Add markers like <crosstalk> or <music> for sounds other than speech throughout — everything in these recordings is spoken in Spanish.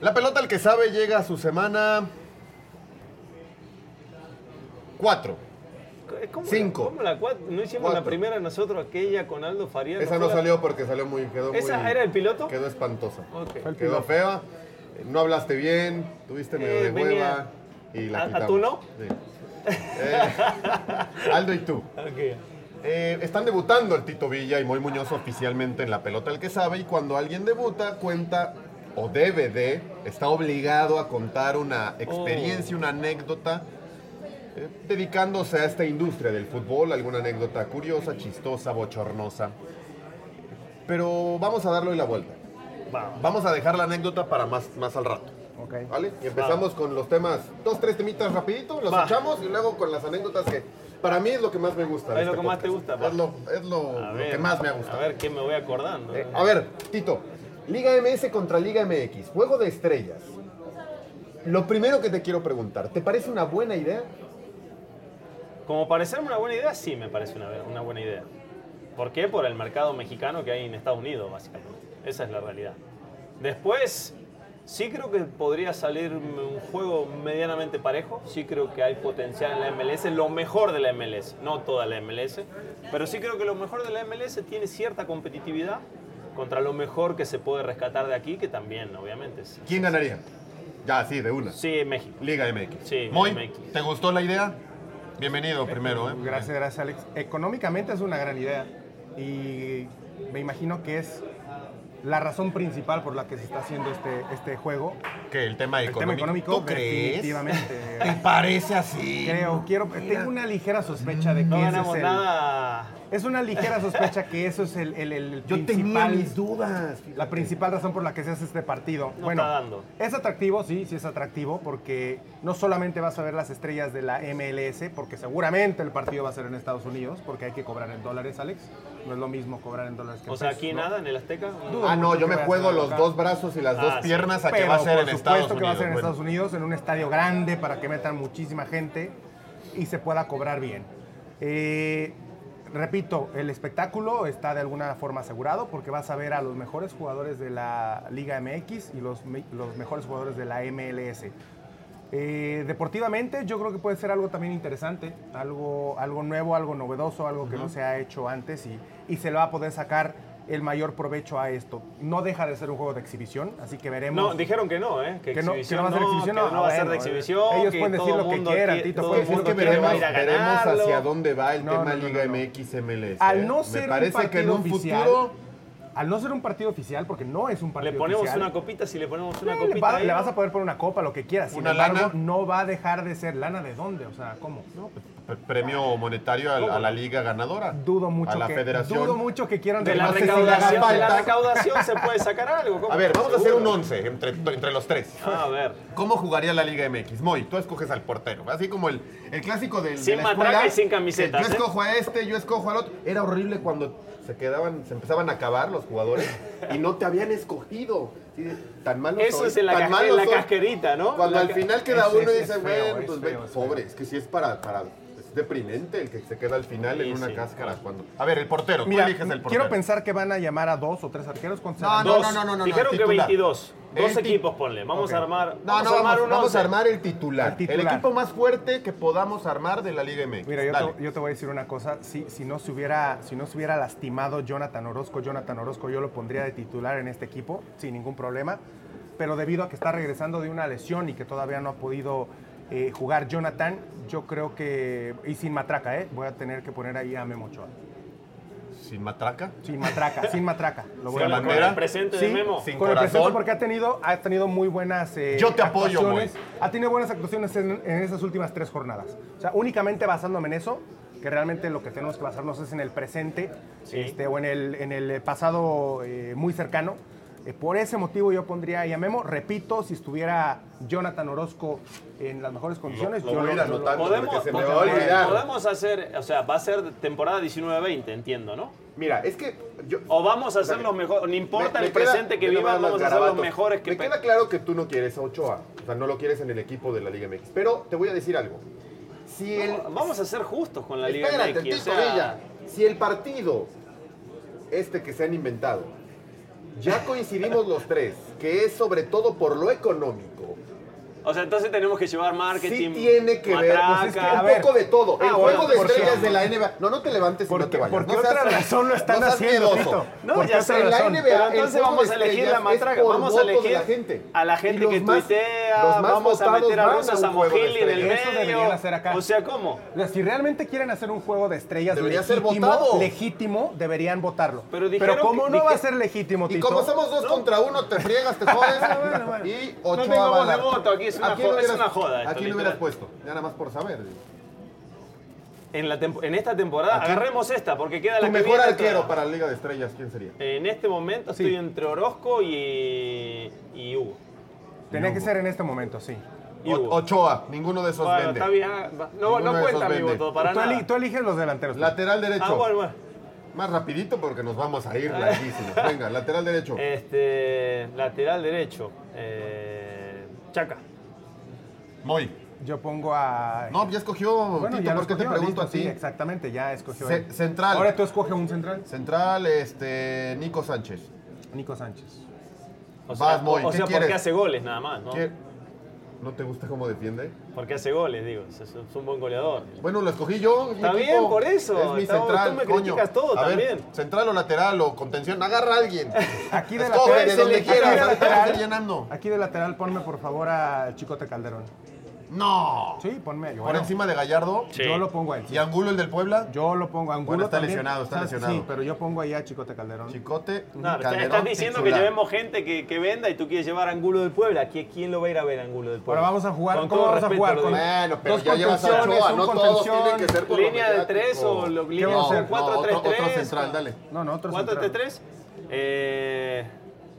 La pelota al que sabe llega a su semana 4. ¿Cómo Cinco. La, cómo la cuat- ¿No hicimos Cuatro. la primera nosotros aquella con Aldo Faría? Esa fue no la- salió porque salió muy quedó ¿Esa muy- era el piloto? Quedó espantosa. Ok. Quedó fea. eh, No hablaste bien, tuviste medio Eh, de venía- hueva y la ¿A- a quitamos. tú no? Sí. Eh, Aldo y tú. Ok. Eh, están debutando el Tito Villa y Moy Muñoz oficialmente en la pelota el que sabe y cuando alguien debuta cuenta o debe de, está obligado a contar una experiencia, una anécdota eh, dedicándose a esta industria del fútbol, alguna anécdota curiosa, chistosa, bochornosa. Pero vamos a darle hoy la vuelta. Vamos a dejar la anécdota para más, más al rato. ¿Vale? Y empezamos con los temas, dos, tres temitas rapidito, los Va. echamos y luego con las anécdotas que para mí es lo que más me gusta. de Es lo este que más te podcast. gusta, va. Es lo, es lo, A lo ver, que más me ha gustado. A ver qué me voy acordando. Eh, a ver, Tito, Liga MS contra Liga MX, juego de estrellas. Lo primero que te quiero preguntar, ¿te parece una buena idea? Como parecerme una buena idea, sí me parece una, una buena idea. ¿Por qué? Por el mercado mexicano que hay en Estados Unidos, básicamente. Esa es la realidad. Después, sí creo que podría salir un juego medianamente parejo. Sí creo que hay potencial en la MLS, lo mejor de la MLS, no toda la MLS. Pero sí creo que lo mejor de la MLS tiene cierta competitividad contra lo mejor que se puede rescatar de aquí, que también, obviamente. es- ¿Quién ganaría? Ya, sí, de una. Sí, México. Liga MX. Sí, Moy, MX. ¿te gustó la idea? Bienvenido primero, ¿eh? Gracias, gracias Alex. Económicamente es una gran idea y me imagino que es la razón principal por la que se está haciendo este, este juego. Que el tema El económico. tema económico, ¿Tú crees? <laughs> definitivamente. ¿Te parece así? Creo, quiero, tengo una ligera sospecha de que No ese ganamos es el- nada. Es una ligera sospecha que eso es el, el- el Yo tenía principal mis dudas. la principal razón por la que se hace este partido. No bueno, está dando. es atractivo, sí, sí es atractivo, porque no solamente vas a ver las estrellas de la MLS, porque seguramente el partido va a ser en Estados Unidos, porque hay que cobrar en dólares, Alex. No es lo mismo cobrar en dólares que en O sea, pesos, aquí ¿no? nada en el Azteca. Dudo Ah, no, mucho yo que me vaya a juego ser los local. dos brazos y las dos Ah, sí. piernas a que Pero, va a ser por en supuesto Estados Unidos. que va a ser en Bueno. Estados Unidos, en un estadio grande para que metan muchísima gente y se pueda cobrar bien. Eh, repito, el espectáculo está de alguna forma asegurado porque vas a ver a los mejores jugadores de la Liga MX y los, me- los mejores jugadores de la MLS. Eh, deportivamente yo creo que puede ser algo también interesante, algo, algo nuevo, algo novedoso, algo que no se ha hecho antes y, y se le va a poder sacar el mayor provecho a esto. No deja de ser un juego de exhibición, así que veremos. No, dijeron que no, ¿eh? Que, Que no- exhibición que no va a ser exhibición, que no, no va a ser de bueno, exhibición. ellos que pueden decir todo lo que mundo quieran, quiere- Tito, todo pueden el Es decir mundo que lo quiere veremos, ir a veremos ganarlo. hacia dónde va el No, tema no, no, Liga no. MX MLS. Al ¿eh? no ser Me un parece que en un partido oficial- futuro al no ser un partido oficial, porque no es un partido Le ponemos oficial, eh, una copita si le ponemos una le, copita. va- ahí. le vas a poder poner una copa, lo que quieras. Sin ¿Una embargo, lana? no va a dejar de ser lana de dónde, o sea, ¿cómo? pues, P- Premio monetario a, a la liga ganadora. Dudo mucho A la que, federación. Dudo mucho que quieran De la no sé si le recaudación, haga de la falta. recaudación se puede sacar algo. ¿cómo? A ver, vamos a hacer un Seguro. 11 entre, entre los tres. A ver. ¿Cómo jugaría la Liga MX? Moy, tú escoges al portero. Así como el, el clásico del. Sin de la matraca escuela, y sin camisetas, que Yo ¿eh? escojo a este, yo escojo al otro. Era horrible cuando se quedaban, se empezaban a acabar los jugadores y no te habían escogido. Sí, tan malo Eso soy, es en la tan casque- malo en la soy. casquerita, ¿no? Cuando La al ca- final queda es- uno es- y es dice, feo, bueno, es pues ven, feo, es pobre, es que sí es para. para es deprimente el que se queda al final en una cáscara. Cuando... A ver, el portero, Mira, tú eliges el portero. quiero pensar que van a llamar a dos o tres arqueros con No, no, no, no, no, no, Dijeron el que titular. 22. Dos El ti- equipos, ponle. Vamos Ok. a armar. No, vamos no, a armar vamos, un vamos a 11. armar el titular, El el titular. equipo más fuerte que podamos armar de la Liga MX. Mira, yo Dale. te, yo te voy a decir una cosa. Si, si, no se hubiera, si no se hubiera lastimado Jonathan Orozco, Jonathan Orozco yo lo pondría de titular en este equipo sin ningún problema. Pero debido a que está regresando de una lesión y que todavía no ha podido eh, jugar Jonathan, yo creo que. Y sin matraca, ¿eh? Voy a tener que poner ahí a Memo Ochoa. ¿Sin matraca? Sin matraca, <laughs> sin matraca. Lo voy ¿Sin a bandera? poner. ¿Con el presente Sí, de Memo? ¿Sin con el presente corazón? porque ha tenido, ha tenido muy buenas eh, Yo te apoyo, actuaciones. Ha tenido buenas actuaciones en, en esas últimas tres jornadas. O sea, únicamente basándome en eso, que realmente lo que tenemos que basarnos es en el presente este, o en el, en el pasado eh, muy cercano. Eh, por ese motivo yo pondría ahí a Memo. Repito, si estuviera Jonathan Orozco en las mejores condiciones, lo yo voy a ir yo anotando, porque Podemos- se me va a podemos- olvidar. Podemos hacer, o sea, va a ser temporada 19-20, entiendo, ¿no? Mira, es que o vamos a ser los mejores, no importa Me- el me queda- presente que me quedan más vivan, vamos a ser los garabatos. mejores que Me queda claro que tú no quieres a Ochoa. O sea, no lo quieres en el equipo de la Liga MX. Pero te voy a decir algo. Si el, Vamos a ser justos con la Liga Espérate, MX, Tito o sea- Villa. Si el partido, este que se han inventado, ya coincidimos los tres, que es sobre todo por lo económico, O sea, entonces tenemos que llevar marketing. sí tiene que ver pues, es que matraca. un poco de todo. Ah, el bueno, juego de por estrellas cierto. de la NBA. No, no te levantes y no te vayas. ¿por qué no seas- otra razón lo están no seas haciendo, miedoso. Tito? No, Porque ya sé en la razón. NBA, Pero el entonces juego vamos de a elegir estrellas la es matraca, por vamos a votos de elegir la gente. a la Y gente los que más- los tuitea, más vamos a votados meter a van Rusa un juego de Samogili en el estrellas. Eso medio. deberían hacer acá. O sea, ¿cómo? O sea, si realmente quieren hacer un juego de estrellas Debería ser legítimo, votado. legítimo, deberían votarlo. Pero, dijeron como que- no va a dije- ser legítimo, Y Tito, como somos dos contra uno, te friegas, te jodes. Y Ochoa No tengo va a voz de dar. voto, aquí es una ¿A quién jo- lo es una joda esto, ¿A quién lo literal. hubieras puesto? Ya nada más por saber. digo. En, la tempo- en esta temporada, Aquí- agarremos esta, porque queda Tu la que mejor viene arquero toda. para la Liga de Estrellas, ¿quién sería? En este momento estoy entre Orozco y, y Hugo. tenía que ser en este momento, sí. Y Hugo. Ochoa, ninguno de esos Bueno, vende. está bien, ah, va- no, Ninguno no de cuenta esos mi vende. voto para tú, nada. eli- tú eliges los delanteros. Lateral derecho. Ah, bueno, bueno. Más rapidito porque nos vamos a ir larguísimos. Venga, lateral derecho. Eh. Este, lateral derecho. eh, Chaca. Moy. Yo pongo a... No, ya escogió, Bueno, Tito, ya lo ¿por qué te escogió, listo, pregunto a ti? Sí, exactamente, ya escogió Ce- él. central. Ahora tú escoges un central. Central, este, Nico Sánchez. Nico Sánchez. O sea, Vas, Moy, o ¿qué sea, quieres? porque hace goles nada más, ¿no? ¿Qué- ¿No te gusta cómo defiende? Porque hace goles, digo. Es, es un buen goleador. Bueno, lo escogí yo. mi Está equipo. bien, por eso. Es mi Está- central, tú me coño. criticas todo A ver, también. central o lateral o contención. Agarra a alguien. Aquí de Escoge lateral, de donde aquí quieras. de ahorita lateral- vamos <laughs> a ir llenando. Aquí de lateral ponme por favor a Chicote Calderón. No. Sí, ponme. Por bueno, encima de Gallardo. Yo lo pongo a él. sí. ¿Y Angulo, el del Puebla? Yo lo pongo a Angulo Bueno, está también. lesionado, está O sea, Sí, lesionado. pero yo pongo ahí a Chicote Calderón. Chicote. No, pero Calderón, estás diciendo titular. que llevemos gente que, que venda y tú quieres llevar a Angulo del Puebla. ¿Qui- ¿Quién lo va a ir a ver a Angulo del Puebla? Ahora vamos a jugar- Con ¿cómo todo vamos a respeto jugar? lo Con- digo. Bueno, pero Dos ya llevas a contenciones, Ochoa, un no todos contención. tienen que ser por lo ¿Línea de mediático. tres o lo- línea vamos a con hacer? No, otro- Otro 4-3-3? central, dale. No, no, otro ¿Cuánto central. entre tres? Eh,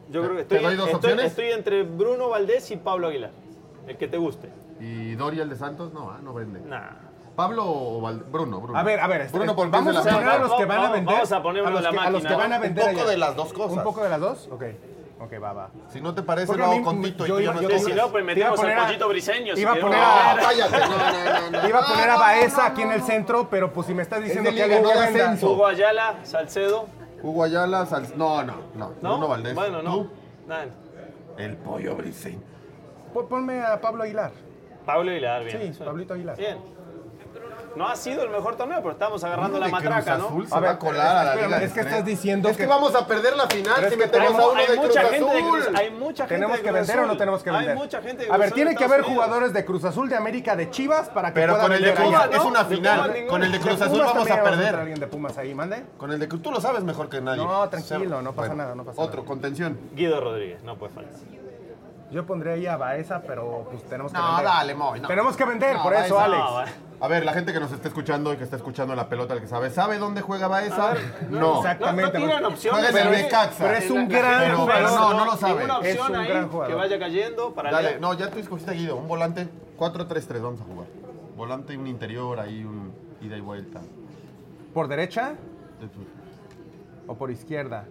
yo creo que ¿Te estoy, doy dos estoy- opciones? estoy entre Bruno Valdés y Pablo Aguilar. El que te guste. ¿Y Doria, el de Santos? No, ah, no vende. Nah. ¿Pablo o Val- Bruno? Bruno. A ver, a ver, este- Bruno por vamos pies de a la poner a mano. los que van a Vamos- vender. vamos a ponerlo a los en la que, a los máquina, que van ¿no? a Un vender. poco allá. de las dos cosas. Un poco de las dos, ok. Ok, va, va. Si no te parece, Porque lo a hago mí- con Tito y yo tú ya iba- no yo estás. Sí, si no, pues Te iba a metemos poner al a- Pochito Briseño. si iba a queremos. poner a- No, cállate. No, no, no, <laughs> no. Iba a poner a No, no, Baeza no, aquí en el no. centro, pero pues si me estás diciendo de que liga, algo no que de venda- ascenso. Hugo Ayala, Salcedo. Hugo Ayala, Sal- No, no, no. ¿No? Bruno Valdés. Bueno, no. ¿Tú? Nada. El pollo briseño. Pon- Ponme a Pablo Aguilar. Pablo Aguilar, bien. Sí, Pablito Aguilar. Bien. No ha sido el mejor torneo, pero estamos agarrando Uno la de Cruz matraca, Azul ¿no? se A va ver, a colar a la espérame, Liga de es que Tres. estás diciendo Es que vamos a perder la final Pero es si que metemos tenemos- a uno hay de mucha Cruz gente de Azul. Cruz- hay mucha gente ¿Tenemos de que Cruz vender o no Azul. tenemos que Hay vender? mucha gente de A Cruz ver, Azul tiene en que haber Estados Unidos. jugadores de Cruz Azul, de América, de Chivas para que Pero pueda con el de vender Pumas allá. es una De final. Pumas ninguno. con el de Cruz Pumas Azul vamos también a va entrar perder. alguien de Pumas ahí, mande. Con el de Cruz, tú lo sabes mejor que nadie. No, tranquilo, no pasa Bueno, nada, no pasa Otro, contención. Guido Rodríguez, no puede faltar. Yo pondría ahí a Baeza, pero pues tenemos que No, vender. dale, Moy, no. Tenemos que vender, No, por eso, Baeza, Alex. no, Baeza. A ver, la gente que nos está escuchando y que está escuchando la pelota, el que sabe, ¿sabe dónde juega Baeza? No. exacto. No, no Exactamente, tiran porque- opciones. Juega en el pero- Necaxa. pero es un La- la gran gente jugador. ve, No, no lo sabe. Ninguna Es opción un ahí gran jugador. que vaya cayendo para Dale, la- no, ya tú escogiste a Guido, un volante 4-3-3, vamos a jugar. Volante, un interior, ahí un ida y vuelta. ¿Por derecha De tu- o por izquierda?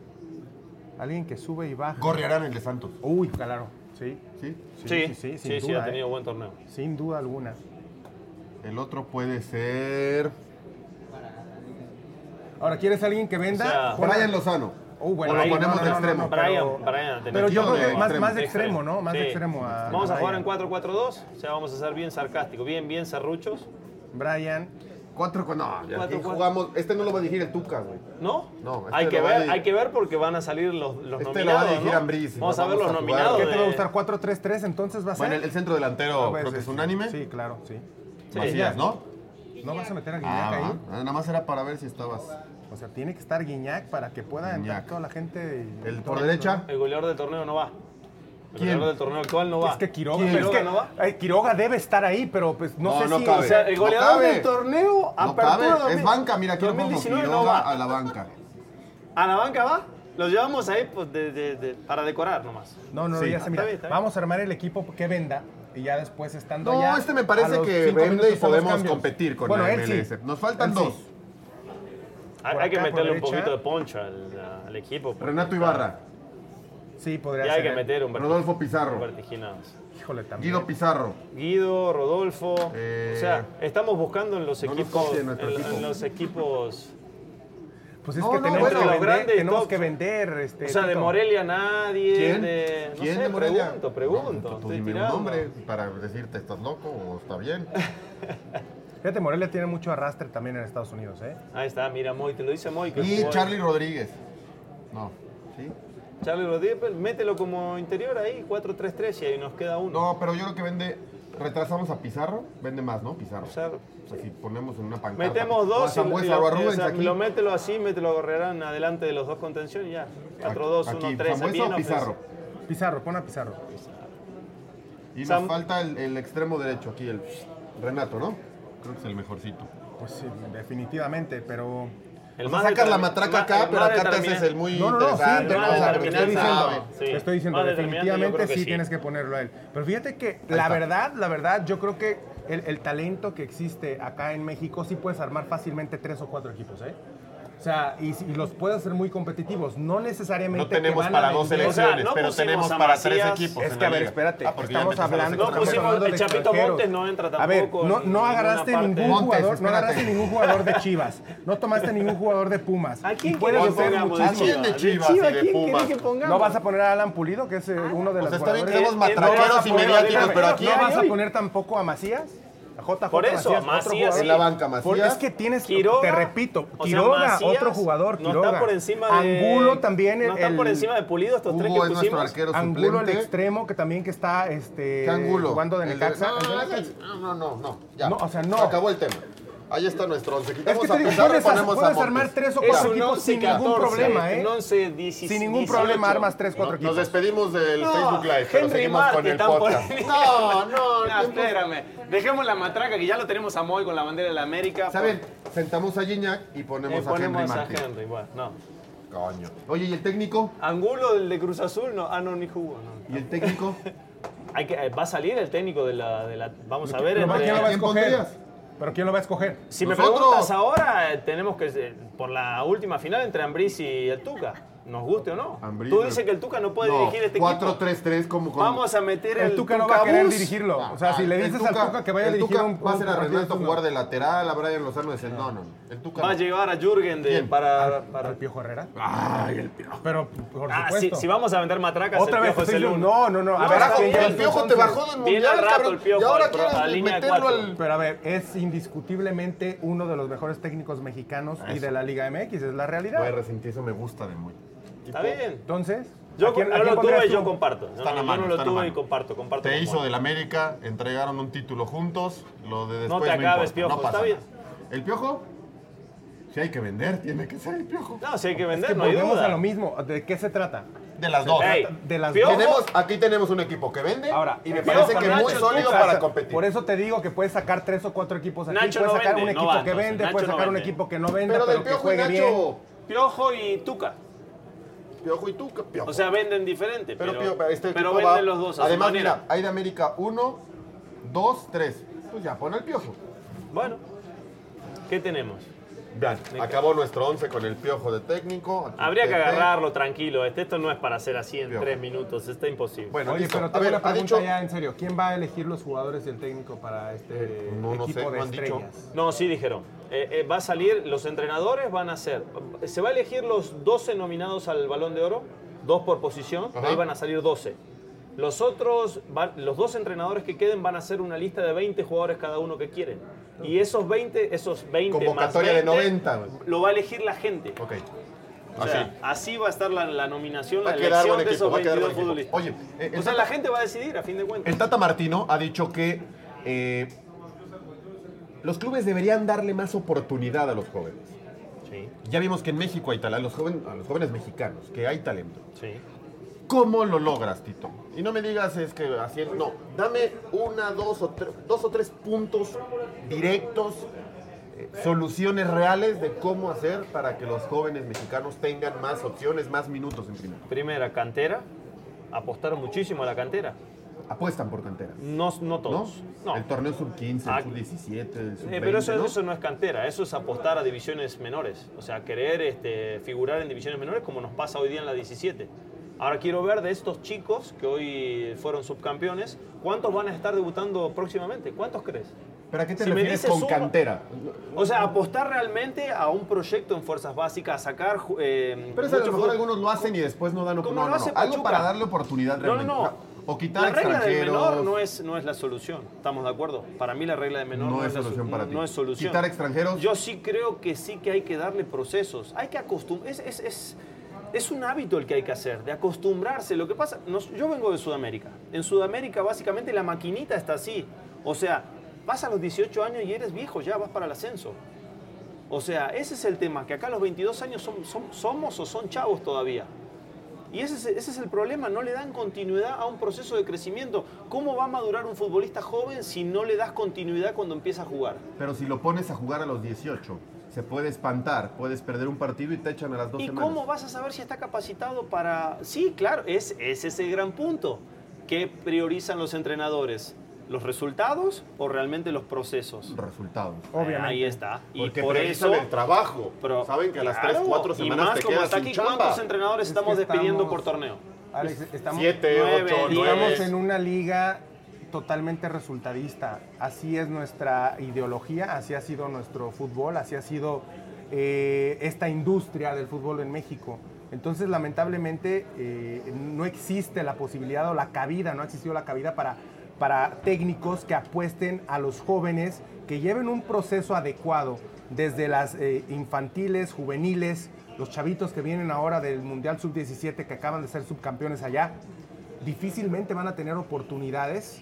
Alguien que sube y baja. Gorriarán el de Santos, Uy, claro. Sí. ¿sí? sí, Sí, sí, sí, sin sí, duda, ha tenido eh. buen torneo. Sin duda alguna. El otro puede ser... Ahora, ¿quieres alguien que venda? O sea, Pon- Brian Lozano. Oh, bueno, o lo ahí, ponemos no, no, de no, extremo. no, Brian, pero- Brian ha tenido pero yo un creo que torneo más- de- más de extremo, ¿no? Más de extremo a- Vamos a jugar en Brian. 4-4-2, o sea, vamos a ser bien sarcásticos, bien, bien serruchos. Brian. Cuatro con... No, ya. Cuatro, Aquí cuatro. jugamos... Este no lo va a dirigir el Tuca, güey. ¿No? No, este hay que lo va a ver, dir- hay que ver porque van a salir los, los Este lo va a nominados. dirigir ¿no? Ambriz, Vamos no a ver vamos a los jugar. nominados. ¿Qué te va a de- gustar? ¿4-3-3 entonces va a ser? Bueno, el, el centro delantero Ah, pues, creo que es sí, unánime. Sí, claro, sí. Sí, Macías, ¿no? ¿No vas a meter a Guiñac Ah, ahí? va. nada más era para ver si estabas... O sea, tiene que estar Guiñac para que pueda entrar Guiñac. toda la gente. y- El todo por mundo. derecha. El goleador del torneo no va. El ¿Quién? goleador del torneo actual no va. Es que Quiroga, ¿Quién? pero es que, no va. eh, Quiroga debe estar ahí, pero pues no, No, sé no si. cabe. O sea, el No goleador cabe. del torneo No apertura cabe, 2000 es banca, mira, aquí lo pongo 2019 Quiroga no va. a la banca. A la banca va. Los llevamos ahí pues, de- de- de- para decorar nomás. No, no, Sí. ya se mira. Está bien, está bien. Vamos a armar el equipo que venda y ya después estando No, ya. este me a parece los que cinco vende y minutos hacemos podemos cambios. competir con bueno, la él sí. MLS. Nos faltan Él sí. dos. Hay, Por hay que acá, por meterle un derecha. poquito de poncho al, al equipo. porque Renato está- Ibarra, Sí, podría Y ser. hay que él. meter un vertig- Rodolfo un Pizarro, vertiginados. Híjole, también. Guido Pizarro. Guido, Rodolfo. Eh, o sea, estamos buscando en los no nos equipos. copien En, nuestro equipo. en los equipos. Pues es No, que no, tenemos, bueno, que, los vender, grandes tenemos top. que vender. Este, O sea, de Tito. Morelia nadie. ¿Quién? De, no ¿Quién sé, de Morelia? Pregunto, pregunto. No, tú estoy dime un tirando. nombre para decirte, ¿estás loco o está bien? Fíjate, Morelia tiene mucho arrastre también en Estados Unidos, ¿eh? Ahí está, mira, Moy, te lo dice Moy. que Y jugó- Charlie Rodríguez. No. ¿Sí? Charlie Rodríguez, pues, mételo como interior ahí, 4-3-3 y ahí nos queda uno. No, pero yo creo que vende... Retrasamos a Pizarro, vende más, ¿no? Pizarro. Pizarro. O sea, si ponemos en una pancarta. Metemos O a dos y, Sambuesa lo- o a y- o Rubens sea, aquí. lo mételo así, mételo a Gorrerán adelante de los dos contención y ya. 4-2, Aquí, 1-3. Sambuesa bien o ofensivo. Pizarro. Pizarro, pon a Pizarro. Y Sam- nos falta el, el extremo derecho aquí, el Renato, ¿no? Creo que es el mejorcito. Pues sí, definitivamente, pero. El O sea, más sacas la determin- matraca ma- acá, el pero más acá te determin- haces el muy No, no, no, sí, interesante. pero ¿no? más O sea, porque determinante, quién sabe. no. Te Sí. estoy diciendo, Más determinante, yo definitivamente creo que sí, sí. tienes que ponerlo a él. Pero fíjate que está. la verdad, la verdad, yo creo que el, el talento que existe acá en México sí puedes armar fácilmente tres o cuatro equipos, ¿eh? O sea, y, si- y los puedes hacer muy competitivos. No necesariamente. No tenemos que van a para dos vender- O sea, selecciones, no pero pusimos tenemos a para Macías. tres equipos. Es en que, la a ver, liga. espérate, Ah, porque ya estamos empezaron a hablando- hacer No Estamos campeonatos. pusimos hablando el de Chapito extranjeros. Montes, no entra tampoco. A ver, no, en no ninguna agarraste parte. ningún Montes, jugador, no espérate. agarraste ningún jugador de Chivas, no tomaste ningún jugador de <laughs> Pumas. ¿A quién Y puedes quieres que hacer pongamos? muchísimo. ¿A quién de Chivas Chivas, y de ¿quién Pumas? quieres que pongamos? No vas a poner a Alan Pulido, que es eh, uno de O los sea, Ah, Pues está bien que jugadores- somos Eh, eh, no matraqueros vas a y poner- mediáticos, pero aquí no hay vas a hoy. poner tampoco a Macías. A JJ Por eso, Macías, Macías otro jugador. sí. En la banca, Por- Macías. es que tienes, Quiroga, te repito, o sea, Quiroga, Macías otro jugador, no Quiroga. está por encima de- Angulo también, el, No está por el- encima de Pulido estos tres que Hugo es nuestro pusimos. arquero Angulo el suplente. extremo, que también que está este, ¿Qué Angulo? jugando de El Necaxa. no, El de no, Necaxa. no, no, no, no, ya. No, o sea, no. Se acabó el tema. Ahí está nuestro once. Es Quitamos que te digo, a Pizarro y puedes, ponemos puedes a Montes. armar tres o Es cuatro un equipos sin 11-14, ningún problema, ¿eh? un 11-16, Sin ningún problema 18. armas tres, cuatro No, Nos equipos. despedimos del No, Facebook Live, pero Henry seguimos Marte con el está <laughs> por <laughs> podcast. venir. No, no, No, tiempo- espérame. Dejemos la matraca que ya lo tenemos a Moy con la bandera de la América. ¿Saben? Sentamos a Gignac y ponemos, Eh, ponemos a a Henry Martín. Henry, bueno, no. Coño. Oye, ¿y el técnico? Angulo, el de Cruz Azul, no. Ah, no, ni jugó. no. ¿Y el técnico? Hay que, eh, va a salir el técnico de la. de la- vamos a ver. Pero el de- ¿quién lo va a ¿Quién escoger? pondrías? Pero ¿quién lo va a escoger? si nosotros? me preguntas ahora, eh, tenemos que. eh, por la última final entre Ambriz y el Tuca. nos guste o no. Ambriz, Tú dices que el Tuca no puede No, dirigir este equipo. 4-3-3 como con... Vamos a meter Este, el, El Tuca no va a querer Bus. dirigirlo. O sea, si le Ah, El dices al Tuca que vaya a el dirigir Tuca un- Va a ser a un partido, Renato no. jugar de lateral, a Brian Lozano de centro. No, no, no. El Tuca Va a no. llevar a Jürgen de, ¿Quién? para... para- Piojo Herrera. Ay, el Piojo. Pero, por Ah, si, supuesto. si vamos a vender matracas, Otra el vez, Piojo es estoy el yo- no, uno. no, no. A No, ver, carajo, ¿a quién el llamas Piojo te entonces? bajó del Viene mundial, al rato cabrón. el Piojo Y ahora al pro- a la quieres línea meterlo cuatro. al... Pero a ver, es indiscutiblemente uno de los mejores técnicos mexicanos y de la Liga MX, es la Voy a realidad. resentir, eso me gusta de muy. Está bien. Entonces, Yo ¿a quién- a no quién lo pondrías tuve y tú? yo comparto. No, Están a no, mano, yo no lo están a tuve mano. y comparto, comparto. Te con hizo Juan. del América, entregaron un título juntos, lo de No después te acabes, importa, Piojo, no pasa está bien. nada. El Piojo, si hay que vender, tiene que ser el Piojo. No, si hay que Es vender, que no hay volvemos duda. a lo mismo. ¿De qué se trata? De las dos. Ey, de las Piojo, Tenemos, aquí tenemos un equipo que vende Ahora, y me el Piojo parece que Fernández muy sólido Tuca, para competir. Por eso te digo que puedes sacar tres o cuatro equipos aquí. Nacho puedes no sacar vende, un no equipo va, que entonces, vende, Nacho puedes no sacar un vende. equipo que no vende, pero pero, del que Piojo y juegue bien. Nacho, Piojo y Tuca. Piojo y Tuca, Piojo. O sea, venden diferente, pero, pero, Piojo, este pero equipo va- venden los dos a su Además, manera. mira, hay de América 1, 2, 3. Pues ya, pon el Piojo. Bueno, ¿qué tenemos? Vean, acabó nuestro 11 con el Piojo de técnico. Aquí Habría que Tete. agarrarlo tranquilo. Este, esto no es para hacer así en Piojo. tres minutos. Está imposible. Bueno, Oye, listo. pero a tengo ver, una ha pregunta dicho... ya en serio. ¿Quién va a elegir los jugadores y el técnico para este Eh, no, no equipo sé, de no han dicho. estrellas? No, sí dijeron. Eh, eh, va a salir, los entrenadores van a ser. Se va a elegir los 12 nominados al Balón de Oro, dos por posición, de ahí Ajá. van a salir 12. Los otros, van- los dos entrenadores que queden van a ser una lista de 20 jugadores cada uno que quieren. Y esos 20, esos 20 más Convocatoria de 20, 90, güey. lo va a elegir la gente. Ok. O sea, así va a estar la, la nominación, Va la a quedar elección buen de equipo, esos va a quedar 22 buen equipo. futbolistas. Oye, eh, o el sea, Tata- la gente va a decidir a fin de cuentas. El Tata Martino ha dicho que eh, los clubes deberían darle más oportunidad a los jóvenes. Sí, Ya vimos que en México hay talento, a los, joven- a los jóvenes mexicanos, que hay talento. sí. ¿Cómo lo logras, Tito? Y no me digas es que haciendo. No, dame una, dos o, tre- dos o tres puntos directos, eh, soluciones reales de cómo hacer para que los jóvenes mexicanos tengan más opciones, más minutos en primera. Primera, cantera. Apostaron muchísimo a la cantera. Apuestan por canteras. No, no ¿No? todos. No. El torneo sub 15, Ah, el sub 17, el sub 20. Eh, pero eso, ¿no? eso no es cantera, eso es apostar a divisiones menores. O sea, querer este, figurar en divisiones menores como nos pasa hoy día en la 17. Ahora quiero ver de estos chicos que hoy fueron subcampeones, ¿cuántos van a estar debutando próximamente? ¿Cuántos crees? ¿Pero a qué te Si me refieres dices con uno- cantera? O sea, apostar realmente a un proyecto en fuerzas básicas, a sacar... ju- eh, Pero eso a lo mucho mejor ju- algunos lo hacen y después no dan Como oportunidad. No, lo no, hace no. Algo Pachuca. para darle oportunidad No, realmente. no, no. O quitar la regla del extranjeros. menor no es, no es la solución. Estamos de acuerdo. Para mí la regla del menor No no, es la su- solución para no- ti. no es solución. Quitar extranjeros. Yo sí creo que sí que hay que darle procesos. Hay que acostumbrar. Es, es, es, es un hábito el que hay que hacer, de acostumbrarse. Lo que pasa, nos- yo vengo de Sudamérica. En Sudamérica básicamente la maquinita está así. O sea, vas a los 18 años y eres viejo, ya vas para el ascenso. O sea, ese es el tema, que acá a los 22 años som- som- somos o son chavos todavía. Y ese es, ese es el problema, no le dan continuidad a un proceso de crecimiento. ¿Cómo va a madurar un futbolista joven si no le das continuidad cuando empieza a jugar? Pero si lo pones a jugar a los 18, se puede espantar, puedes perder un partido y te echan a las dos ¿Y semanas. cómo vas a saber si está capacitado para...? Sí, claro, es, ese es el gran punto. ¿Qué priorizan los entrenadores? ¿Los resultados o realmente los procesos? Resultados. Obviamente. Ahí está. Y Porque por precisan eso... el trabajo. Pero, Saben que a las claro, 3, 4 y semanas más te como quedas está sin aquí, chamba. ¿Cuántos entrenadores Es que estamos despidiendo estamos- por torneo? Alex, estamos, 7, Nueve, 8, diez. estamos en 9. una liga totalmente resultadista. Así es nuestra ideología, así ha sido nuestro fútbol, así ha sido eh, esta industria del fútbol en México. Entonces, lamentablemente, eh, no existe la posibilidad o la cabida, no ha existido la cabida para, para técnicos que apuesten a los jóvenes, que lleven un proceso adecuado desde las eh, infantiles, juveniles, los chavitos que vienen ahora del Mundial Sub-17, que acaban de ser subcampeones allá difícilmente van a tener oportunidades,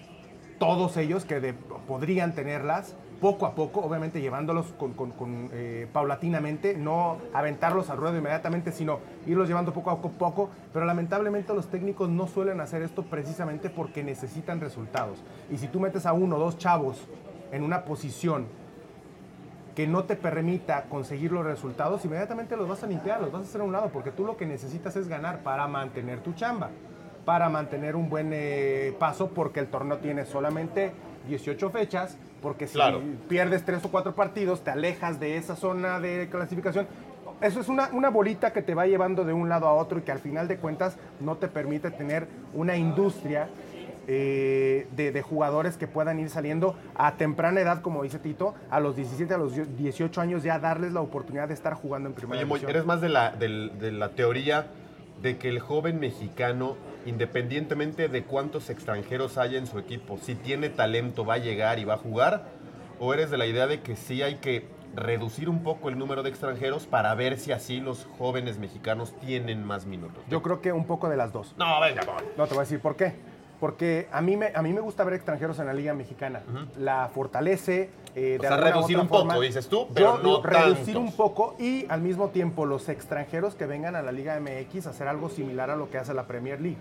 todos ellos que de- podrían tenerlas, poco a poco, obviamente llevándolos con, con- con, eh, paulatinamente, no aventarlos al ruedo inmediatamente, sino irlos llevando poco a poco, pero lamentablemente los técnicos no suelen hacer esto precisamente porque necesitan resultados. Y si tú metes a uno o dos chavos en una posición que no te permita conseguir los resultados, inmediatamente los vas a limpiar, los vas a hacer a un lado, porque tú lo que necesitas es ganar para mantener tu chamba, para mantener un buen eh, paso, porque el torneo tiene solamente 18 fechas, porque si Claro. pierdes tres o cuatro partidos, te alejas de esa zona de clasificación. Eso es una, una bolita que te va llevando de un lado a otro y que al final de cuentas no te permite tener una industria eh, de, de jugadores que puedan ir saliendo a temprana edad, como dice Tito, a los 17, a los 18 años ya darles la oportunidad de estar jugando en primera Oye, Moy, división. eres más de la, del- de la teoría de que el joven mexicano, independientemente de cuántos extranjeros haya en su equipo, si tiene talento va a llegar y va a jugar? ¿O eres de la idea de que sí hay que reducir un poco el número de extranjeros para ver si así los jóvenes mexicanos tienen más minutos? Yo creo que un poco de las dos. No, venga, Moy. No, te voy a decir por qué. Porque a mí me, a mí me gusta ver extranjeros en la Liga Mexicana. La fortalece. eh, de O sea, alguna u reducir otra un poco, forma. dices tú, Yo pero no digo, Reducir tantos. un poco y al mismo tiempo los extranjeros que vengan a la Liga MX hacer algo similar a lo que hace la Premier League.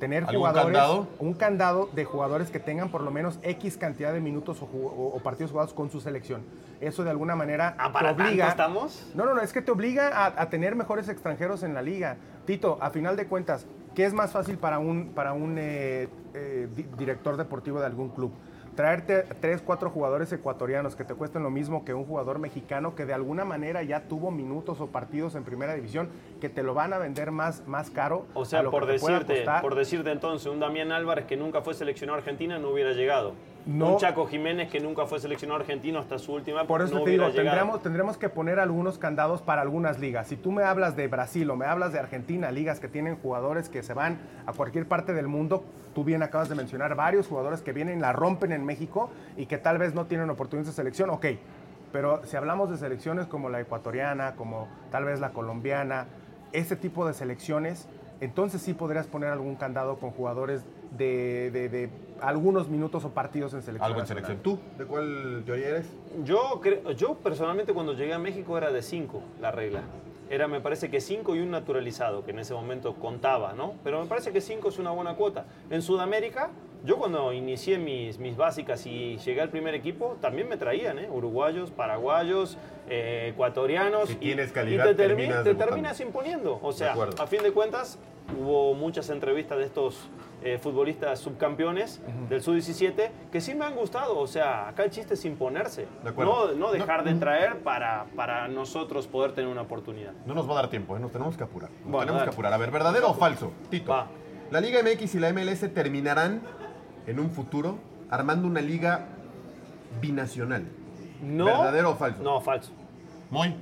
Tener ¿Algún jugadores. candado? Un candado de jugadores que tengan por lo menos X cantidad de minutos o, ju- o- o partidos jugados con su selección. Eso de alguna manera Ah, ¿para te tanto obliga. estamos? No, no, no, es que te obliga a, a tener mejores extranjeros en la liga. Tito, a final de cuentas, ¿qué es más fácil para un, para un eh, eh, di- director deportivo de algún club? Traerte tres, cuatro jugadores ecuatorianos que te cuesten lo mismo que un jugador mexicano que de alguna manera ya tuvo minutos o partidos en primera división que te lo van a vender más, más caro. O sea, a lo por que te pueda decirte, costar. por decirte entonces, un Damián Álvarez que nunca fue seleccionado argentino no hubiera llegado. No. Un Chaco Jiménez que nunca fue seleccionado argentino hasta su última Por eso no te hubiera digo, llegado. tendremos, tendremos que poner algunos candados para algunas ligas. Si tú me hablas de Brasil o me hablas de Argentina, ligas que tienen jugadores que se van a cualquier parte del mundo, tú bien acabas de mencionar varios jugadores que vienen, la rompen en México y que tal vez no tienen oportunidades de selección, ok. Pero si hablamos de selecciones como la ecuatoriana, como tal vez la colombiana, ese tipo de selecciones, entonces sí podrías poner algún candado con jugadores de, de- de algunos minutos o partidos en selección. Algo en nacional. selección. ¿Tú? ¿De cuál teoría eres? Yo, creo- yo personalmente cuando llegué a México era de 5 la regla. Era, me parece que 5 y un naturalizado, que en ese momento contaba, ¿no? Pero me parece que 5 es una buena cuota. En Sudamérica, yo cuando inicié mis, mis básicas y llegué al primer equipo, también me traían, ¿eh? Uruguayos, paraguayos, eh, ecuatorianos. Si y- tienes y calidad, te, termi- terminas te debutando. terminas imponiendo. O sea, acuerdo. a fin de cuentas, hubo muchas entrevistas de estos eh, futbolistas subcampeones del Sub-17 que sí me han gustado. O sea, acá el chiste es imponerse. De acuerdo. no, no dejar de traer para, para nosotros poder tener una oportunidad. No nos va a dar tiempo, ¿eh? nos tenemos que apurar. Nos Bueno, tenemos dale. que apurar. A ver, ¿verdadero o falso? Tito. Va. La Liga MX y la MLS terminarán en un futuro armando una liga binacional. No, ¿Verdadero o falso? No, falso. Muy.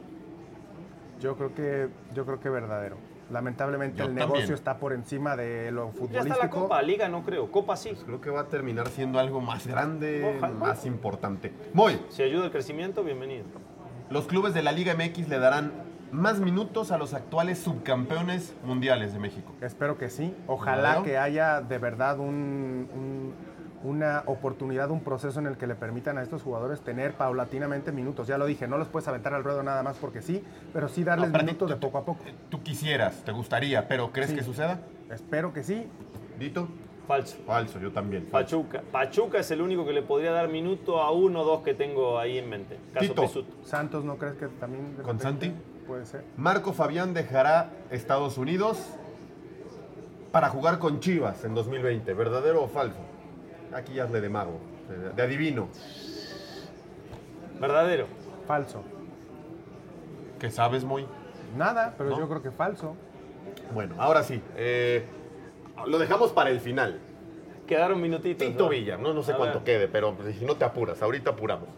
Yo creo que, yo creo que verdadero. Lamentablemente Yo el también. negocio está por encima de lo Ya está futbolístico. la Copa, Liga no creo, Copa sí. Creo que va a terminar siendo algo más grande, Ojalá. más importante. Muy. Si ayuda el crecimiento, bienvenido. Los clubes de la Liga MX le darán más minutos a los actuales subcampeones mundiales de México. Espero que sí. Ojalá Claro. que haya de verdad un- un- una oportunidad, un proceso en el que le permitan a estos jugadores tener paulatinamente minutos. Ya lo dije, no los puedes aventar al ruedo nada más porque sí, pero sí darles Aparte, minutos de tú- poco a poco. Tú quisieras, te gustaría, pero ¿crees Sí. que suceda? Espero que sí. Dito. Falso. Falso, yo también. Falso. Pachuca. Pachuca es el único que le podría dar minuto a uno o dos que tengo ahí en mente. Caso Tito. Pisuto. Santos, ¿no crees que también... de ¿Con repente Santi? Puede ser. Marco Fabián dejará Estados Unidos para jugar con Chivas en 2020. ¿Verdadero o falso? Aquí ya hazle de mago, de- de adivino. Verdadero. Falso. Que sabes muy. Nada, pero ¿No? yo creo que falso. Bueno, ahora sí. eh, lo dejamos para el final. Quedaron minutitos. Tito ¿no? Villa, no, no sé A cuánto ver. quede, pero pues, si no te apuras, ahorita apuramos.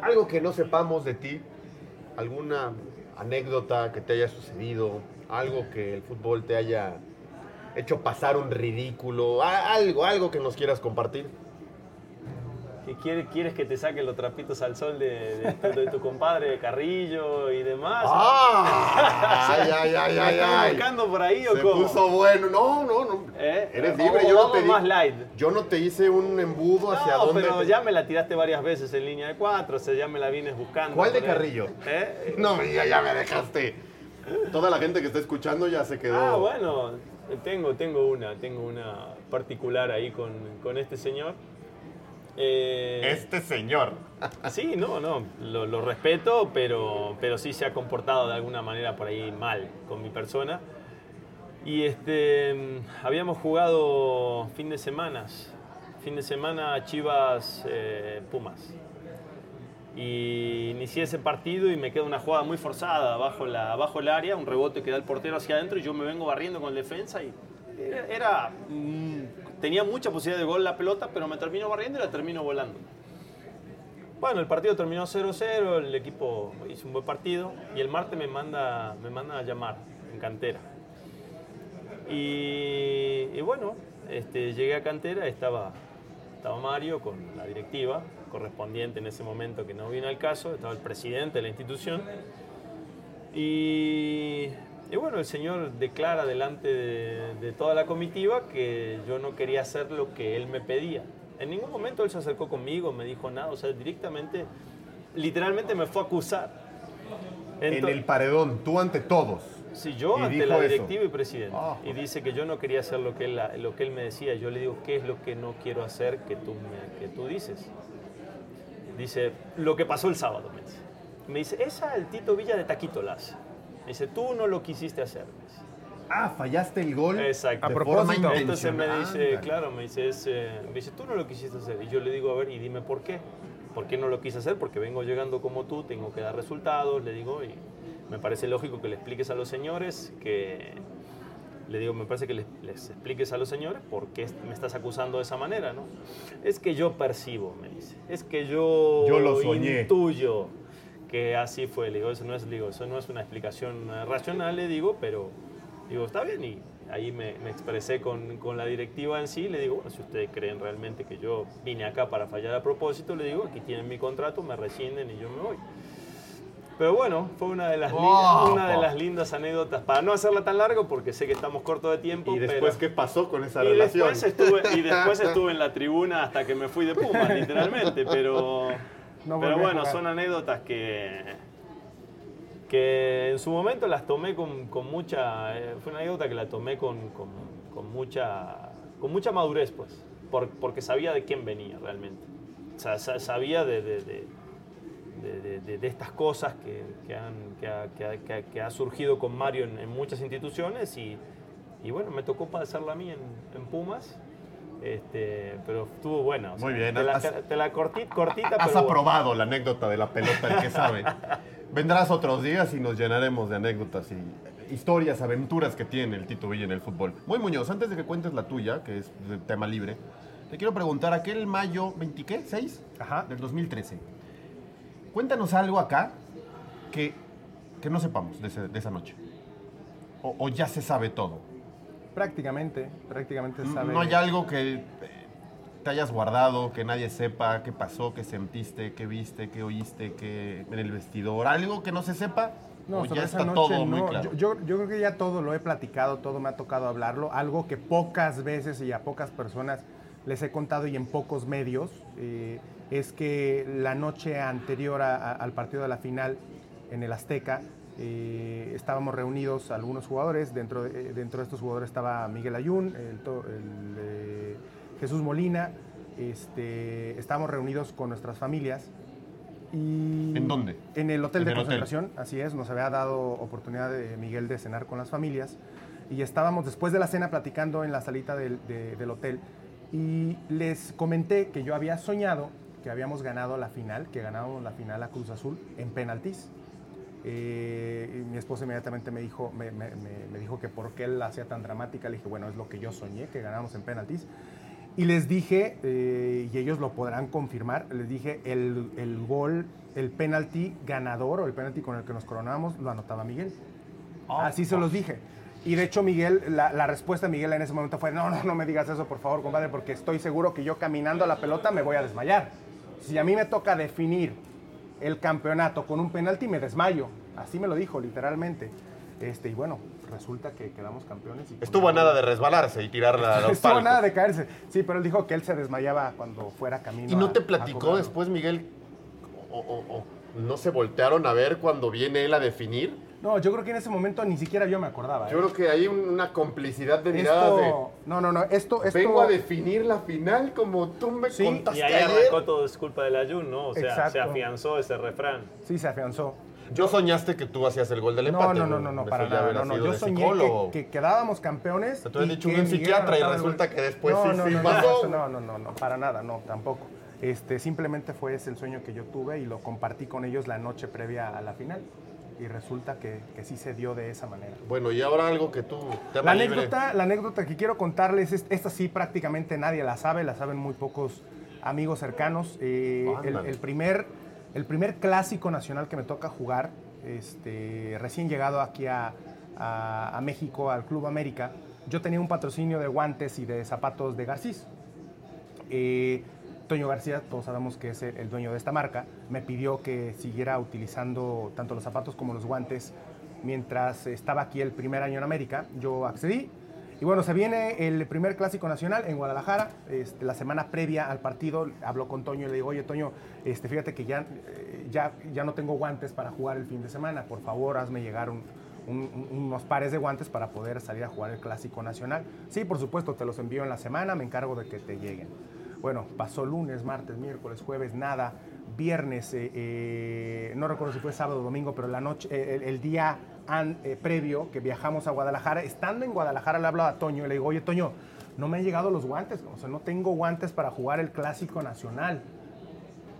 Algo que no sepamos de ti, alguna anécdota que te haya sucedido, algo que el fútbol te haya hecho pasar un ridículo, a- algo, algo que nos quieras compartir. que quiere- quieres que te saquen los trapitos al sol de, de tu, de tu compadre Carrillo <laughs> y demás. ¡Ah! ¡Ay, ay, ay, ¿Me ay! estás ay. buscando por ahí o Se cómo? puso bueno. No, no, no. ¿Eh? Eres O- libre, o yo no vamos te di- más light. Yo no te hice un embudo hacia no, dónde. pero te- ya me la tiraste varias veces en línea de cuatro, o sea, ya me la vienes buscando. ¿Cuál de por ahí. Carrillo? ¿Eh? No, ya, ya me dejaste. Toda la gente que está escuchando ya se quedó. Ah, bueno, tengo, tengo una, tengo una particular ahí con, con este señor. Eh, Este señor. Sí, no, no, lo, lo respeto, pero, pero sí se ha comportado de alguna manera por ahí mal con mi persona. Y este, mm, habíamos jugado fin de semanas, fin de semana Chivas eh, Pumas. y inicié ese partido y me queda una jugada muy forzada bajo, la, bajo el área, un rebote que da el portero hacia adentro y yo me vengo barriendo con la defensa y era, era, mm, tenía mucha posibilidad de gol la pelota, pero me termino barriendo y la termino volando. Bueno, el partido terminó 0-0, el equipo hizo un buen partido y el martes me manda, me manda a llamar en cantera. Y, y bueno, este, llegué a cantera, estaba, estaba Mario con la directiva correspondiente en ese momento que no vino al caso, estaba el presidente de la institución. Y, y bueno, el señor declara delante de, de toda la comitiva que yo no quería hacer lo que él me pedía. En ningún momento él se acercó conmigo, me dijo nada, o sea, directamente, literalmente me fue a acusar. en el paredón, tú ante todos. Si yo Y ante dijo la eso. directiva y presidente. Ah, y dice que yo no quería hacer lo que, él, lo que él me decía. Yo le digo, ¿qué es lo que no quiero hacer que tú, me- que tú dices? Dice, lo que pasó el sábado. Me dice, me dice esa el Tito Villa de Taquito la hace. Me dice, tú no lo quisiste hacer. Ah, fallaste el gol. Exacto. de forma Entonces me intencional. dice, Ándale. claro, me dice, es, eh, me dice, tú no lo quisiste hacer. Y yo le digo, a ver, y dime por qué. ¿Por qué no lo quise hacer? Porque vengo llegando como tú, tengo que dar resultados. Le digo, y me parece lógico que le expliques a los señores que. Le digo, me parece que les, les expliques a los señores por qué me estás acusando de esa manera, ¿no? Es que yo percibo, me dice. Es que yo. Yo lo soñé. Intuyo que así fue. Le digo, eso no es, le digo, eso no es una explicación eh, racional, le digo, pero Digo, está bien, y ahí me, me expresé con, con la directiva en sí, le digo, bueno, si ustedes creen realmente que yo vine acá para fallar a propósito, le digo, aquí tienen mi contrato, me rescinden y yo me voy. Pero bueno, fue una de las, lin- Oh. una de las lindas anécdotas, para no hacerla tan largo porque sé que estamos cortos de tiempo. ¿Y después pero... qué pasó con esa Y relación? después, estuve, <laughs> y después estuve en la tribuna hasta que me fui de Pumas, <laughs> literalmente, pero, No volví pero a bueno, jugar. son anécdotas que, que en su momento las tomé con, con mucha, eh, fue una anécdota que la tomé con, con, con mucha, con mucha madurez, pues, por- porque sabía de quién venía realmente. O sea, sa- sabía de, de- de- de- de- de- de estas cosas que, que han- que ha, que ha- que ha- que ha surgido con Mario en, en muchas instituciones y, y bueno, me tocó padecerla a mí en, en Pumas. Este, pero estuvo buena. o sea, Muy bien, Te la, has- te- te la cortí- cortita, pero Has buena. aprobado la anécdota de la pelota, el que sabe. <laughs> Vendrás otros días y nos llenaremos de anécdotas y historias, aventuras que tiene el Tito Villa en el fútbol. Muy Muñoz, antes de que cuentes la tuya, que es de tema libre, te quiero preguntar, aquel mayo 20, ¿qué? ¿6? Ajá. Del 2013. Cuéntanos algo acá que, que no sepamos de, ese- de esa noche. O, o ya se sabe todo. Prácticamente, prácticamente se sabe. No hay algo que eh, te hayas guardado, que nadie sepa qué pasó, qué sentiste, qué viste, qué oíste, qué en el vestidor, algo que no se sepa. o sobre ya esa está noche todo muy no. claro. Yo, yo- yo creo que ya todo lo he platicado, todo me ha tocado hablarlo. Algo que pocas veces y a pocas personas les he contado y en pocos medios eh, es que la noche anterior a- a- al partido de la final en el Azteca eh, estábamos reunidos algunos jugadores. Dentro de, eh, dentro de estos jugadores estaba Miguel Ayun, el to- el, eh, Jesús Molina. Este, estábamos reunidos con nuestras familias. Y ¿En dónde? En el hotel En de el hotel. concentración, así es. Nos había dado oportunidad de Miguel de cenar con las familias. Y estábamos después de la cena platicando en la salita del, de- del hotel. Y les comenté que yo había soñado que habíamos ganado la final, que ganábamos la final a Cruz Azul en penaltis. Eh, y mi esposa inmediatamente me dijo, me, me- me- me dijo que por qué la hacía tan dramática. Le dije, bueno, es lo que yo soñé, que ganábamos en penaltis. Y les dije, eh, y ellos lo podrán confirmar, les dije, el, el gol, el penalti ganador o el penalti con el que nos coronamos, lo anotaba Miguel. Así se los dije. Y de hecho, Miguel, la, la respuesta de Miguel en ese momento fue, no, no, no me digas eso, por favor, compadre, porque estoy seguro que yo caminando a la pelota me voy a desmayar. Si a mí me toca definir el campeonato con un penalti, me desmayo. Así me lo dijo, literalmente. Este, y bueno, resulta que quedamos campeones. y- Estuvo a nada de resbalarse y tirarla a los Estuvo palos. nada de caerse. Sí, pero él dijo que él se desmayaba cuando fuera camino. ¿Y no a- te a platicó cobrarlo. después, Miguel? O, o- o no se voltearon a ver cuando viene él a definir? No, yo creo que en ese momento ni siquiera yo me acordaba. ¿eh? Yo creo que hay un- una complicidad de miradas esto, no, no, no, esto, de. esto Vengo a definir la final como tú me Sí, contaste. Y ahí ayer". arrancó todo es culpa del ayun, ¿no? O sea, se Exacto. afianzó ese refrán. sí se afianzó. Yo soñaste que tú hacías el gol del No, empate. no, no, no, no, Eso para ya nada. hubiera No, no, sido yo de soñé que, psicólogo. que quedábamos campeones. Te hubieran y dicho que un Miguel psiquiatra anotaba y el gol. resulta que después no, sí, no, sí no, pasó. No, no, no, no, para nada, no, tampoco. Este, simplemente fue ese el sueño que yo tuve y lo compartí con ellos la noche previa a la final. Y resulta que, que sí se dio de esa manera. Bueno, y ahora algo que tú... La tema libre. anécdota, la anécdota que quiero contarles, es, esta sí prácticamente nadie la sabe, la saben muy pocos amigos cercanos. Eh, el, Ándale. el primer, el primer clásico nacional que me toca jugar, este, recién llegado aquí a, a- a México, al Club América, yo tenía un patrocinio de guantes y de zapatos de Garcís. Eh, Toño García, todos sabemos que es el el dueño de esta marca, me pidió que siguiera utilizando tanto los zapatos como los guantes mientras estaba aquí el primer año en América. Yo accedí. Y bueno, se viene el primer clásico nacional en Guadalajara. Este, la semana previa al partido habló con Toño y le digo, oye Toño, este, fíjate que ya, eh, ya, ya no tengo guantes para jugar el fin de semana. Por favor, hazme llegar un- un- un- unos pares de guantes para poder salir a jugar el clásico nacional. Sí, por supuesto, te los envío en la semana, me encargo de que te lleguen. Bueno, pasó lunes, martes, miércoles, jueves, nada. Viernes, eh, eh, no recuerdo si fue sábado o domingo, pero la noche, eh, el, el día an- eh, previo que viajamos a Guadalajara, estando en Guadalajara le hablo a Toño y le digo, oye Toño, no me han llegado los guantes, o sea, no tengo guantes para jugar el clásico nacional.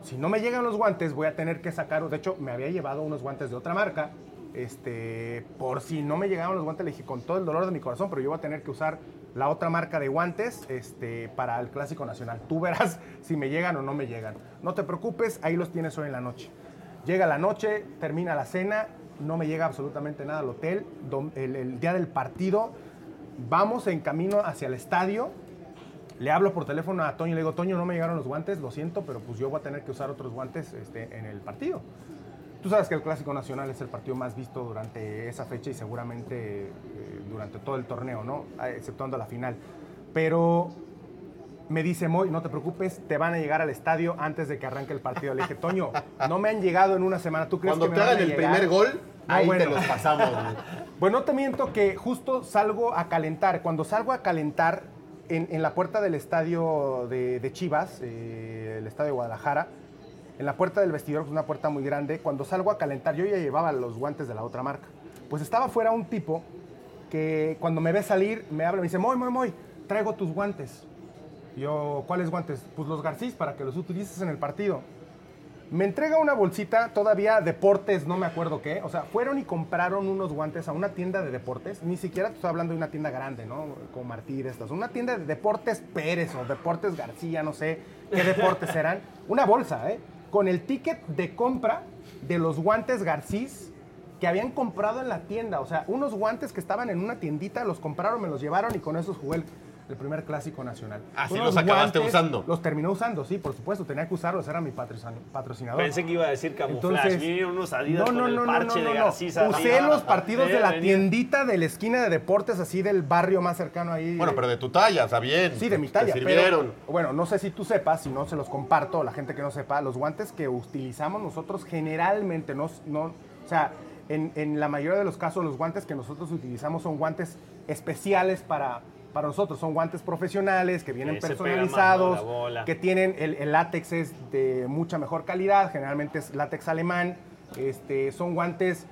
Si no me llegan los guantes, voy a tener que sacar. De hecho, me había llevado unos guantes de otra marca. Este, por si no me llegaban los guantes, le dije con todo el dolor de mi corazón, pero yo voy a tener que usar la otra marca de guantes este, para el Clásico Nacional. Tú verás <laughs> si me llegan o no me llegan. No te preocupes, ahí los tienes hoy en la noche. Llega la noche, termina la cena, no me llega absolutamente nada al hotel. Dom- el- el día del partido, vamos en camino hacia el estadio. Le hablo por teléfono a Toño y le digo, Toño, no me llegaron los guantes, lo siento, pero pues yo voy a tener que usar otros guantes este, en el partido. Tú sabes que el Clásico Nacional es el partido más visto durante esa fecha y seguramente eh, durante todo el torneo, ¿no? Ah, Exceptuando la final. Pero me dice Moy, no te preocupes, te van a llegar al estadio antes de que arranque el partido. Le dije, Toño, no me han llegado en una semana. ¿Tú crees Cuando que me te van hagan a el llegar?" primer gol, No, ahí te bueno. los <laughs> pasamos. güey. Pues no te miento que justo salgo a calentar. Cuando salgo a calentar en, en la puerta del estadio de, de Chivas, eh, el estadio de Guadalajara, en la puerta del vestidor, que es una puerta muy grande, cuando salgo a calentar, yo ya llevaba los guantes de la otra marca. Pues estaba fuera un tipo que cuando me ve salir, me habla y me dice, Moy, Moy, Moy, traigo tus guantes. Yo, ¿cuáles guantes? Pues los Garcís, para que los utilices en el partido. Me entrega una bolsita, todavía deportes, no me acuerdo qué. O sea, fueron y compraron unos guantes a una tienda de deportes. Ni siquiera te estoy hablando de una tienda grande, ¿no? Como Martí de estas. Una tienda de deportes Pérez o deportes García, no sé qué deportes eran. Una bolsa, ¿eh? Con el ticket de compra de los guantes Garcís que habían comprado en la tienda. O sea, unos guantes que estaban en una tiendita, los compraron, me los llevaron y con esos jugué el, el primer clásico nacional. Así Unos Ah, los acabaste usando. Los terminé usando, sí, por supuesto. Tenía que usarlos, era mi patrocin- patrocinador. Pensé que iba a decir camuflaje. Entonces, Vinieron unos Adidas con el parche de Eh, Garcís Usé arriba. los partidos de Debe la venir. tiendita de la esquina de deportes, así del barrio más cercano ahí. Bueno, pero de tu talla, está bien. Sí, de mi Te talla. sirvieron. Pero, bueno, no sé si tú sepas, si no se los comparto, la gente que no sepa, los guantes que utilizamos nosotros generalmente no. no o sea, en, en la mayoría de los casos, los guantes que nosotros utilizamos son guantes especiales para, para nosotros. Son guantes profesionales que vienen Que se pega más, ¿no? personalizados, La bola. que tienen el, el látex es de mucha mejor calidad, generalmente es látex alemán. Este, son guantes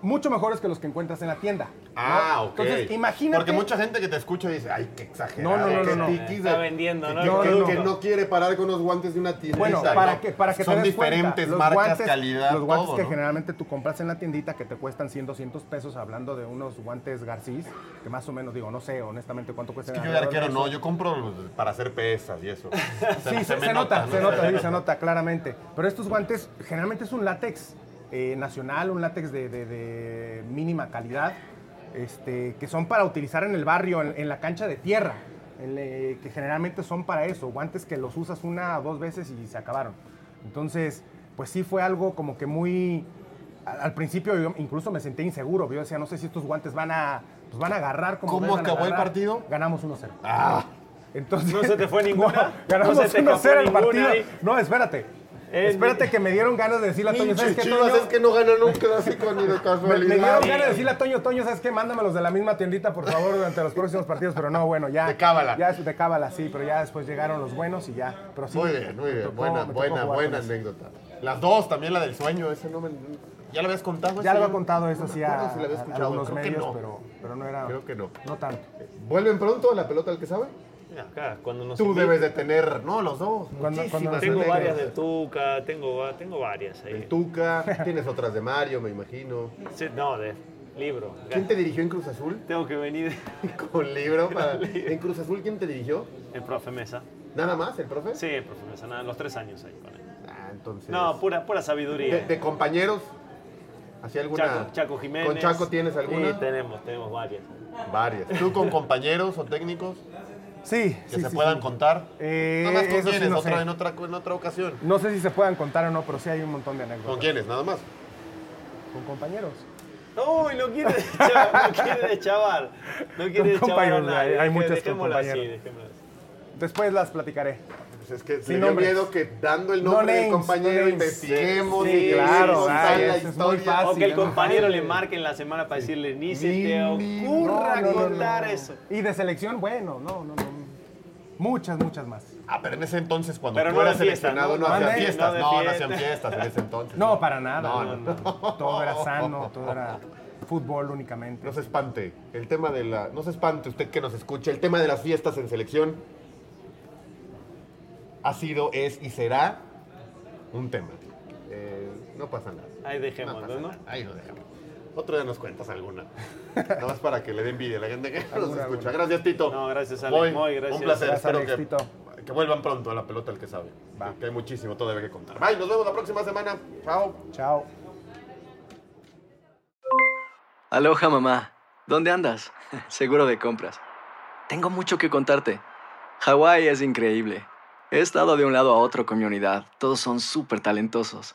mucho mejores que los que encuentras en la tienda. ¿no? Ah, ok. Entonces, imagínate. Porque mucha gente que te escucha dice, ay, qué exagerado. No, no, no, no, qué no. tiquis Está vendiendo, ¿no? Que, No, que- no, no. que no quiere parar con los guantes de una tienda. Bueno, para que, para que te Son des cuenta, diferentes los marcas, guantes- calidad, Los guantes todo, que ¿no? generalmente tú compras en la tiendita que te cuestan 100, 200 pesos, hablando de unos guantes Garcís, que más o menos, digo, no sé honestamente cuánto cuestan. Es que yo de alrededor arquero eso. no, yo compro los- para hacer pesas <laughs> y eso. Sí, se, se nota, se nota, sí, se nota claramente. Pero estos guantes generalmente es un látex eh, nacional, un látex de, de- de mínima calidad, este, que son para utilizar en el barrio, en, en la cancha de tierra, en le- que generalmente son para eso, guantes que los usas una o dos veces y se acabaron. Entonces, pues sí fue algo como que muy... Al al principio yo incluso me senté inseguro, yo decía, no sé si estos guantes van a, pues van a agarrar como... ¿Cómo deben acabó el agarrar". partido? Ganamos 1-0. Ah, Entonces, ¿No se te fue <laughs> ninguna? No, ganamos ¿No se te 1-0 el escapó partido. ninguna ahí? No, espérate. Eh, espérate que me dieron ganas de decirle a Toño, ¿sabes pinche qué, chivas Toño? es que no ganan un clásico ni <laughs> de Me, me casualidad. dieron ganas de decirle a Toño, Toño, ¿sabes qué? Mándamelos de la misma tiendita, por favor, durante los próximos partidos. Pero no, bueno, ya. De cábala. Ya es de cábala, sí, pero ya después llegaron los buenos y ya. Pero sí, Muy bien, muy me bien. tocó- buena, me tocó buena, jugar con buena eso. anécdota. Las dos, también la del sueño, ese no me. ¿Ya la habías contado? Ya esa? lo había contado eso No me sí acuerdo a, si la a- había a escuchado, algunos creo que medios, no. Eh, pero, pero no era. Creo que no. No tanto. ¿Vuelven pronto a la pelota al que sabe? Mira, acá, cuando nos Tú invitan- debes de tener, no, los dos. Cuando- muchísimas cuando nos Tengo anécdotas. varias de Tuca, tengo, va- tengo varias ahí. <laughs> El Tuca, tienes otras de Mario, me imagino. Sí, no, de libro. acá. ¿Quién te dirigió en Cruz Azul? <laughs> Tengo que venir Con libro para... ¿En Cruz Azul quién te dirigió? el profe Mesa. ¿Nada más, el profe? Sí, el profe Mesa, nada, los tres años ahí con él. Ah, entonces... No, pura, pura ¿De, pues, sabiduría. de compañeros? ¿Hacía alguna? Chaco, Chaco Jiménez. ¿Con Chaco tienes Sí, alguna? tenemos, tenemos varias. Varias. ¿Tú con compañeros o técnicos Sí, que sí, se sí, puedan sí. contar? Eh, nada más con eso sí quiénes, no otra, sé. en, otra, en otra ocasión. No sé si se puedan contar o no, pero sí hay un montón de anécdotas. ¿Con quiénes? Nada más. Con compañeros. Uy, no <laughs> quiere deschavar, no quiere deschavar. No quiere Con deschavar a compañeros, nadie. hay- hay Dejé- muchas con dejémosla así, compañeros. dejémosla así. Después las platicaré. Pues es que Sin le dio nombres. miedo que dando el No nombre del names, compañero no names. investiguemos Sí, y que claro, nos ay, salga eso la es muy historia. fácil. O Así, que el ¿no? compañero Ay, le marque en la semana para decirle, ni se Ni- te ni- No, ocurra no, no, contar no. eso. Y de selección, bueno, no, no, no. Muchas, muchas más. Ah, pero en ese entonces cuando Pero tú no de eras fiesta, seleccionado ¿no? no, hacían Mande. fiestas. No de No, no fiesta. hacían fiestas en ese entonces. No, para nada. No, no, no. no. Todo era sano, todo era fútbol únicamente. No se espante. El tema de la. No se espante usted que nos escuche. El tema de las fiestas en selección ha sido, es y será un tema. Eh, no pasa nada. Ahí No dejémoslo, pasa ¿no? nada. Ahí lo dejamos. Otro día nos cuentas alguna. Nada más para que le dé envidia a la gente que nos Alguna, escucha. alguna. Gracias, Tito. No, gracias, Alex. Moy, Moy, gracias. Un placer. Gracias, Espero Alex, que, que vuelvan pronto a la pelota el que sabe. Que, que hay muchísimo todavía que contar. Bye, nos vemos la próxima semana. Chao. Chao. Aloha mamá, ¿dónde andas? <laughs> Seguro de compras. Tengo mucho que contarte. Hawái es increíble. He estado de un lado a otro con mi unidad. Todos son súper talentosos.